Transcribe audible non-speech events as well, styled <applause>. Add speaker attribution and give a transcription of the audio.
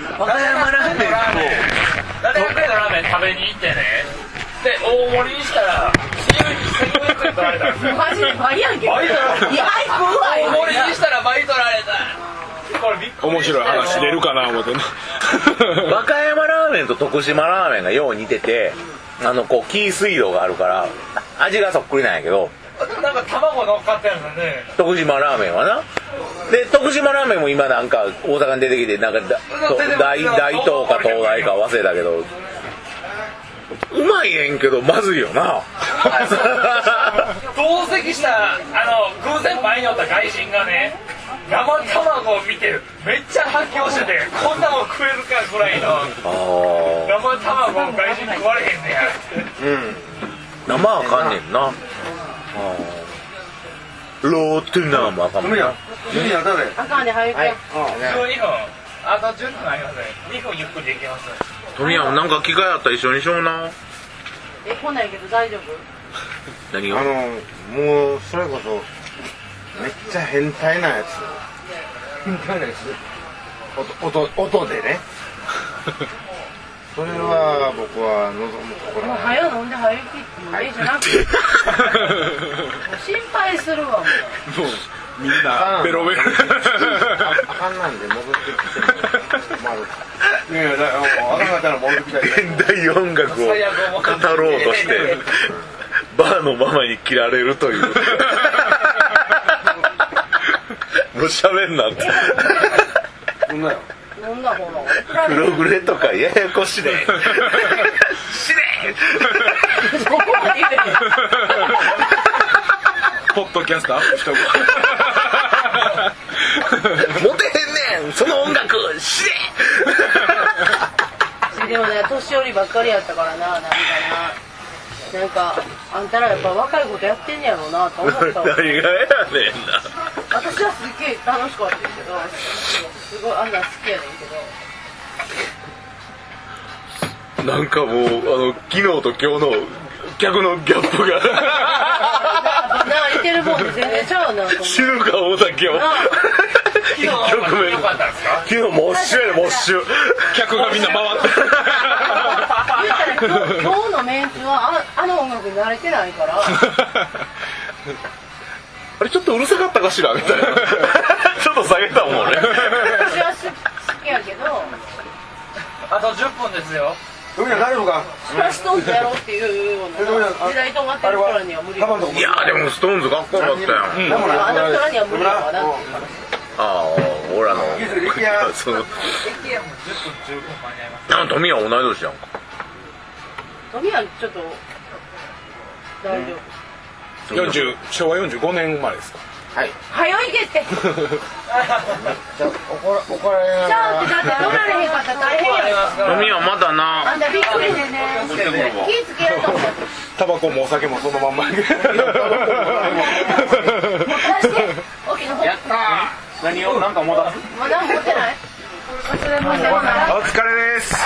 Speaker 1: 和歌山ラーメン
Speaker 2: ラーメン
Speaker 1: を
Speaker 2: 和歌山県のラーメン食べに行ってねで大盛りにしたら1500円取られたんですよ
Speaker 3: マジで倍やんけ。
Speaker 2: 倍だろ
Speaker 3: いや、
Speaker 2: 大
Speaker 3: 怖
Speaker 2: 盛
Speaker 3: い
Speaker 2: りにしたら倍取られたこれびっくり
Speaker 4: 面白い話出るかな思ってな
Speaker 1: 和歌山ラーメンと徳島ラーメンがよう似ててあのこう紀伊水道があるから味がそっくりなんやけど
Speaker 2: なんか卵乗っかってるんだね
Speaker 4: <laughs>
Speaker 1: 徳島ラーメンはなで徳島ラーメンも今なんか大阪に出てきてなんかだと大大東か東大か忘れたけどうまいねんけどまずいよな
Speaker 2: 同席したあの偶然前におった外人がね生卵を見てめっちゃ発狂しててこんなもん食えるかぐらいの
Speaker 1: <laughs> あー
Speaker 2: 生卵を外人食われへんねや
Speaker 1: 生あかんねんなあーロートゥナーもあかんもんな
Speaker 5: 無理やだね
Speaker 3: あかんね、早くや。
Speaker 2: 12分あと10分ありますね2分ゆっくりできます
Speaker 1: トミヤンなんか機会あったら一緒にしような
Speaker 3: え、来ないけど大丈夫
Speaker 1: 何
Speaker 5: あ
Speaker 1: が
Speaker 5: のもうそれこそめっちゃ変態なやつ変態なやつ音音音でねそれは僕は望むところ
Speaker 3: もう
Speaker 5: ない
Speaker 3: 早飲んで早行きっていう例じゃなくて、もう心配するわ、もう。
Speaker 4: みんなベ
Speaker 1: <laughs>
Speaker 4: ロベロ
Speaker 5: ああかんなんで戻ってきても困る
Speaker 6: いやいやだからもうあかんかったら戻ってきたい
Speaker 1: 現代音楽を語ろうとしてバーのママに切られる <laughs> というもう喋んなって
Speaker 6: そんなよ
Speaker 3: 飲んだ方が俺くらい。
Speaker 1: 黒グレとかややこしい <laughs> ねしね
Speaker 3: ここまで言うてへん
Speaker 4: ポッドキャストアップしとこ
Speaker 1: モテへんねんその音楽しね
Speaker 3: でもね年寄りばっかりやったからななんかななんかあんたらやっぱ若いことやってんねやろうなと思っ
Speaker 1: 何
Speaker 3: た
Speaker 1: が
Speaker 3: わ
Speaker 1: やねんな
Speaker 3: 私はすっげえ楽しかったけどすごいあんなん好きやねんけど
Speaker 1: なんかもうあの昨日と今日の客のギャップ
Speaker 3: な
Speaker 1: が
Speaker 3: んか似てるもんで全然ちゃうなと思って
Speaker 1: 死ぬか大崎を
Speaker 3: なあ
Speaker 1: 一曲目
Speaker 2: よかったんですか
Speaker 1: 昨日モッシュやでモッシュ
Speaker 4: う客がみんな回って
Speaker 3: 言ったら今日今日のメンツはああの音楽に慣れてないから
Speaker 1: <laughs> あれちょっとうるさかったかしらみたいな <laughs> ちょっと下げたもん
Speaker 4: <laughs>
Speaker 1: 俺
Speaker 3: 私はす好きやけど
Speaker 2: あと10分ですよ
Speaker 6: 海野大丈夫か
Speaker 3: それはストーンズやろうっていうよう
Speaker 6: えどうや
Speaker 3: な時代止まってるからには無理
Speaker 6: カバンと
Speaker 3: よ
Speaker 6: こ
Speaker 1: いやーでもストーンズかっこよかったやん、
Speaker 6: でもな
Speaker 3: あの人らには無理だわな
Speaker 6: うん
Speaker 1: ああ俺らの
Speaker 6: いや
Speaker 1: <laughs> その
Speaker 2: 駅へも10分15分間に合いま
Speaker 1: あ
Speaker 2: す
Speaker 1: 富は同い年やんか
Speaker 3: 富山ちょっと大丈夫
Speaker 4: 40昭和45年生まれですか
Speaker 3: 早いけって
Speaker 5: じゃあ怒ら怒られな
Speaker 3: ち
Speaker 5: が
Speaker 3: ゃうってだって乗られへんかったら大変
Speaker 2: あり
Speaker 3: やん
Speaker 2: ますから
Speaker 1: 富はまだな
Speaker 3: あんたびっくりでね気付けようと思って
Speaker 4: タバコもお酒もそのまんま <laughs>
Speaker 3: もう出して沖の方
Speaker 6: やったー何をなんか持たす
Speaker 3: まだ持ってない忘れ物でもない
Speaker 4: お疲れです